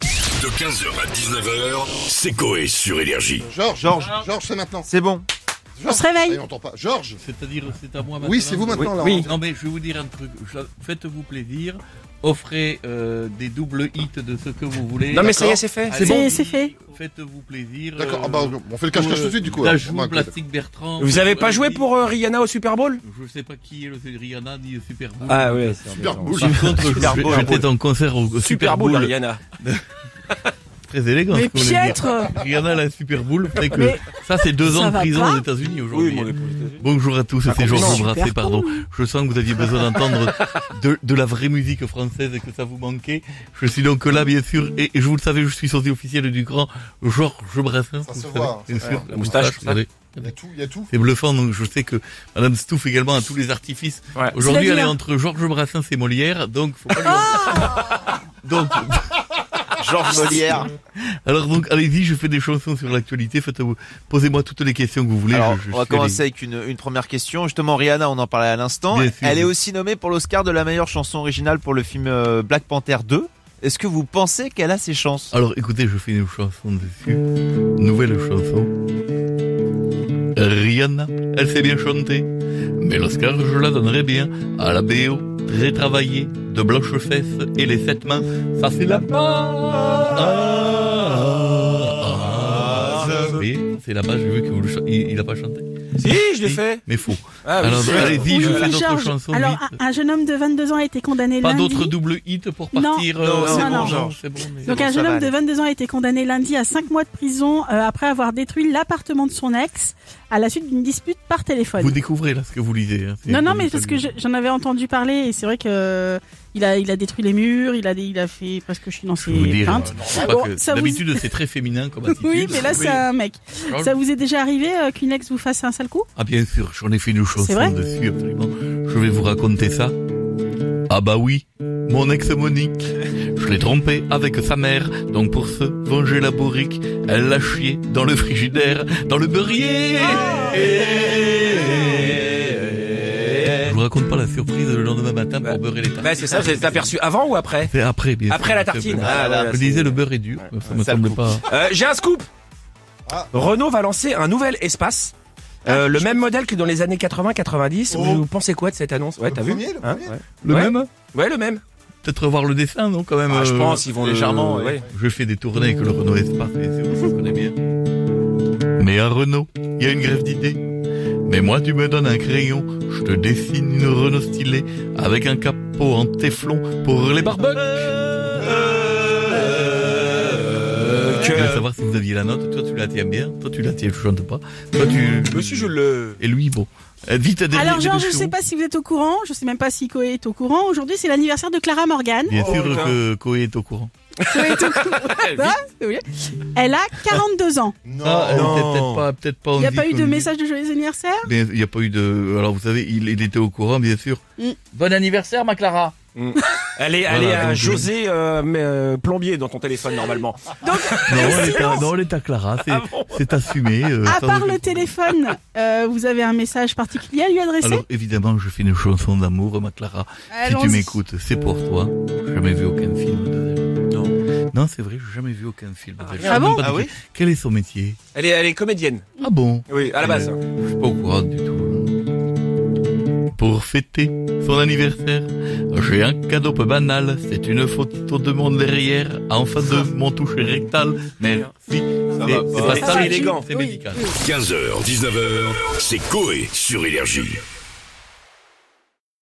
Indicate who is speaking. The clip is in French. Speaker 1: De 15h à 19h, c'est Coé sur Énergie.
Speaker 2: Georges,
Speaker 3: Georges.
Speaker 2: Georges, c'est maintenant.
Speaker 3: C'est bon.
Speaker 2: Georges,
Speaker 4: se
Speaker 2: ça
Speaker 4: réveille.
Speaker 2: y est, On t'entend pas. Georges,
Speaker 5: C'est-à-dire, c'est à moi maintenant.
Speaker 2: oui, c'est vous maintenant,
Speaker 3: Oui,
Speaker 2: là.
Speaker 3: oui.
Speaker 5: Non, mais je vais vous dire un truc. Je- Faites-vous plaisir. Offrez euh, des doubles hits de ce que vous voulez.
Speaker 6: Non mais ça y est, c'est fait.
Speaker 5: Allez,
Speaker 4: bon. C'est fait.
Speaker 5: Faites-vous plaisir.
Speaker 2: D'accord,
Speaker 5: euh,
Speaker 2: ah bah, on fait le cache-cache
Speaker 5: euh,
Speaker 2: tout de suite, du coup.
Speaker 5: la
Speaker 2: alors.
Speaker 5: joue
Speaker 2: Bon, bah, écoute.
Speaker 5: plastique Bertrand.
Speaker 6: Vous avez pas
Speaker 5: euh,
Speaker 6: joué
Speaker 5: ni-
Speaker 6: pour euh, Rihanna au Super Bowl
Speaker 5: Je sais pas qui est le c'est Rihanna ni le Super Bowl.
Speaker 6: Ah ouais.
Speaker 2: Super boule.
Speaker 5: Par contre, je-
Speaker 6: Super Bowl.
Speaker 5: j'étais en concert au au
Speaker 6: Super
Speaker 5: Super
Speaker 6: Bowl
Speaker 5: Bowl.
Speaker 6: Rihanna.
Speaker 5: Très élégant.
Speaker 4: Mais
Speaker 5: ce qu'on voulait dire.
Speaker 4: piètre
Speaker 5: Rihanna la Super Bowl. peut-être Que
Speaker 4: Mais-
Speaker 5: ça, c'est deux
Speaker 4: Ça
Speaker 5: ans de
Speaker 4: va
Speaker 5: prison
Speaker 4: pas
Speaker 5: aux États-Unis aujourd'hui. hein.
Speaker 6: Oui, mon épouse.
Speaker 5: Bonjour à
Speaker 2: Ah,
Speaker 5: tous, c'est
Speaker 6: compliment.
Speaker 5: Georges
Speaker 4: Super
Speaker 5: Brassé,
Speaker 4: cool.
Speaker 5: pardon. Je sens que vous aviez besoin d'entendre de, de la vraie musique française et que ça vous manquait. Je suis donc là, bien sûr, et, et je vous le savez, je suis sorti officiel du grand Georges Brassens.
Speaker 2: Ça
Speaker 5: vous
Speaker 2: se
Speaker 5: savez,
Speaker 2: voit,
Speaker 5: bien
Speaker 2: ça
Speaker 5: sûr,
Speaker 2: se
Speaker 6: La moustache,
Speaker 5: vous savez.
Speaker 2: Il y a tout, il y a tout.
Speaker 5: C'est bluffant, donc je sais que Madame Stouff également a tous les artifices.
Speaker 6: Ouais.
Speaker 5: Aujourd'hui,
Speaker 4: C'est-à-dire
Speaker 2: hein.
Speaker 5: elle est entre Georges Brassens et Molière, donc faut pas lui-
Speaker 2: Ah
Speaker 5: Donc,
Speaker 3: Georges
Speaker 5: Ah,
Speaker 3: Molière.
Speaker 5: alors donc, allez-y, je fais des chansons sur l'actualité, faites-vous, posez-moi toutes les questions que vous voulez.
Speaker 3: Alors,
Speaker 5: je- je
Speaker 3: on va
Speaker 5: suis
Speaker 3: commencer avec une, une première question. Justement, Rihanna, on en parlait à l'instant.
Speaker 5: Bien sûr.
Speaker 3: Elle est aussi nommée pour l'Oscar de la meilleure chanson originale pour le film euh, Black Panther 2. Est-ce que vous pensez qu'elle a ses chances
Speaker 5: Alors écoutez, je fais une chanson dessus. Nouvelle chanson. Rihanna, elle sait bien chanter. Mais l'Oscar, je la donnerai bien à la BO. Très travaillée, de blanches fesses et les sept mains. Ça, c'est la base. Vous voyez, c'est la base, j'ai vu que vous le chan- il, il a pas chanté.
Speaker 6: Si, je l'ai
Speaker 5: Si.
Speaker 6: fait.
Speaker 5: Mais faux.
Speaker 6: Ah,
Speaker 5: Alors,
Speaker 6: oui.
Speaker 5: allez-y,
Speaker 4: Oui,
Speaker 5: je fais d'autres
Speaker 4: Georges.
Speaker 5: chansons.
Speaker 4: Alors,
Speaker 5: vite.
Speaker 4: un, un jeune homme de 22 ans a été condamné
Speaker 5: Pas
Speaker 4: lundi.
Speaker 5: d'autres double hit pour
Speaker 4: Non.
Speaker 5: partir. euh,
Speaker 3: Non,
Speaker 4: c'est bon,
Speaker 3: Georges.
Speaker 5: c'est bon, mais-
Speaker 4: Donc
Speaker 3: bon,
Speaker 4: un
Speaker 3: ça
Speaker 4: jeune
Speaker 3: va
Speaker 4: homme de
Speaker 3: aller.
Speaker 4: 22 ans a été condamné lundi à 5 mois de prison euh, après avoir détruit l'appartement de son ex à la suite d'une dispute par téléphone.
Speaker 5: Vous découvrez là ce que vous lisez. hein. C'est
Speaker 4: Non, non,
Speaker 5: comme
Speaker 4: mais
Speaker 5: ça
Speaker 4: parce que
Speaker 5: lui-
Speaker 4: je- j'en avais entendu parler et c'est vrai que euh, il a, il a détruit les murs, il a, il a fait presque je suis dans
Speaker 5: Je
Speaker 4: ses
Speaker 5: vais vous dire,
Speaker 4: plaintes.
Speaker 5: euh, non, c'est
Speaker 4: Ah bon,
Speaker 5: pas que-
Speaker 4: ça vous-
Speaker 5: d'habitude c'est très féminin comme attitude.
Speaker 4: Oui, mais là c'est un mec.
Speaker 5: Georges.
Speaker 4: Ça vous est déjà arrivé euh, qu'une ex vous fasse un sale coup
Speaker 5: Ah bien sûr, j'en ai fait une chanson
Speaker 4: C'est vrai
Speaker 5: dessus, absolument. Je vais vous raconter ça. Ah bah oui, mon ex Monique, je l'ai trompée avec sa mère, donc pour se venger la bourrique, elle l'a chié dans le frigidaire, dans le beurrier. Je vous raconte pas la surprise le lendemain matin pour
Speaker 6: Bah,
Speaker 5: beurrer les tartes.
Speaker 6: Bah, c'est ça, j'ai aperçu avant ou après
Speaker 5: C'est après, bien
Speaker 6: Après
Speaker 5: sûr,
Speaker 6: la
Speaker 5: parce que-
Speaker 6: tartine. Ah, voilà,
Speaker 5: je
Speaker 6: c'est-
Speaker 5: disais le beurre est dur, ça me
Speaker 3: ça le
Speaker 5: semble
Speaker 3: coup.
Speaker 5: pas.
Speaker 6: Euh, J'ai un scoop.
Speaker 2: Ah.
Speaker 6: Renault va lancer un nouvel espace.
Speaker 5: Ah,
Speaker 6: Euh, le même modèle que dans les années 80-90.
Speaker 2: Oh.
Speaker 6: Vous pensez quoi de cette annonce Ouais,
Speaker 2: Le
Speaker 6: t'as vu Hein
Speaker 2: premier, le premier
Speaker 6: ouais.
Speaker 5: Le
Speaker 6: Ouais.
Speaker 5: même
Speaker 6: Ouais, le même.
Speaker 5: Peut-être voir le dessin, non, quand même
Speaker 6: Ah, je
Speaker 5: euh,
Speaker 6: pense, ils vont le-
Speaker 5: légèrement. ouais.
Speaker 6: ouais.
Speaker 5: Je fais des tournées avec le Renault Espace, et c'est vous, je connais bien. Mais à Renault, il y a une grève d'idées. Mais moi, tu me donnes un crayon, je te dessine une Renault stylée avec un capot en téflon pour les barbecues.
Speaker 6: Euh,
Speaker 5: Euh, Je voulais savoir si vous aviez la note. Toi, tu la tiens bien. Toi, tu la tiens, je chante pas. Toi, tu.
Speaker 6: Monsieur, je le.
Speaker 5: Et lui, bon. Euh, Vite, derrière
Speaker 4: Alors
Speaker 5: les
Speaker 4: Georges,
Speaker 5: deux
Speaker 4: je sais
Speaker 5: chevaux.
Speaker 4: pas si vous êtes au courant, je sais même pas si Koé est au courant. Aujourd'hui, c'est l'anniversaire de Clara Morgan.
Speaker 5: Bien
Speaker 6: Oh,
Speaker 5: sûr
Speaker 6: putain.
Speaker 5: que Koé est au courant.
Speaker 4: Koé est au courant. Ah, c'est oublié. Elle a 42 ans.
Speaker 2: Non.
Speaker 5: Ah, euh,
Speaker 6: Non.
Speaker 5: peut-être- peut-être pas, peut-être pas.
Speaker 4: Il
Speaker 5: on
Speaker 4: n'y a
Speaker 5: dit
Speaker 4: pas eu
Speaker 5: qu'on
Speaker 4: de
Speaker 5: dit-
Speaker 4: message de joyeux anniversaire
Speaker 5: Bien, il n'y a pas eu de. Alors, vous savez, il, il était au courant, bien sûr.
Speaker 4: Mm.
Speaker 5: Bon anniversaire, ma Clara.
Speaker 6: Elle est, elle
Speaker 5: Voilà,
Speaker 6: est à
Speaker 5: donc,
Speaker 6: José euh, mais, euh, Plombier dans ton téléphone normalement.
Speaker 5: Non, elle est à, non, elle est à Clara. C'est, c'est assumé. euh,
Speaker 4: À
Speaker 5: sans
Speaker 4: part le
Speaker 5: aucun-
Speaker 4: téléphone, euh, vous avez un message particulier à lui adresser
Speaker 5: Alors, évidemment, je fais une chanson d'amour, ma Clara. Si tu
Speaker 4: Allons-y.
Speaker 5: m'écoutes, c'est pour toi. J'ai jamais vu aucun film d'elle. Non. Non, c'est vrai, j'ai jamais vu aucun film d'elle.
Speaker 4: Ah bon
Speaker 3: Ah
Speaker 5: oui Quel est son métier
Speaker 6: Elle est, elle est comédienne.
Speaker 5: Ah bon
Speaker 6: Oui, à la base.
Speaker 5: Je suis pas au courant du tout. Pour fêter son anniversaire, j'ai un cadeau peu banal. C'est une photo de mon derrière, en face de mon toucher rectal. Merci. C'est c'est
Speaker 6: pas.
Speaker 5: pas
Speaker 6: C'est
Speaker 5: ça,
Speaker 6: élégant.
Speaker 5: C'est
Speaker 4: Oui.
Speaker 5: médical.
Speaker 1: 15h, 19h, c'est Coé sur Énergie.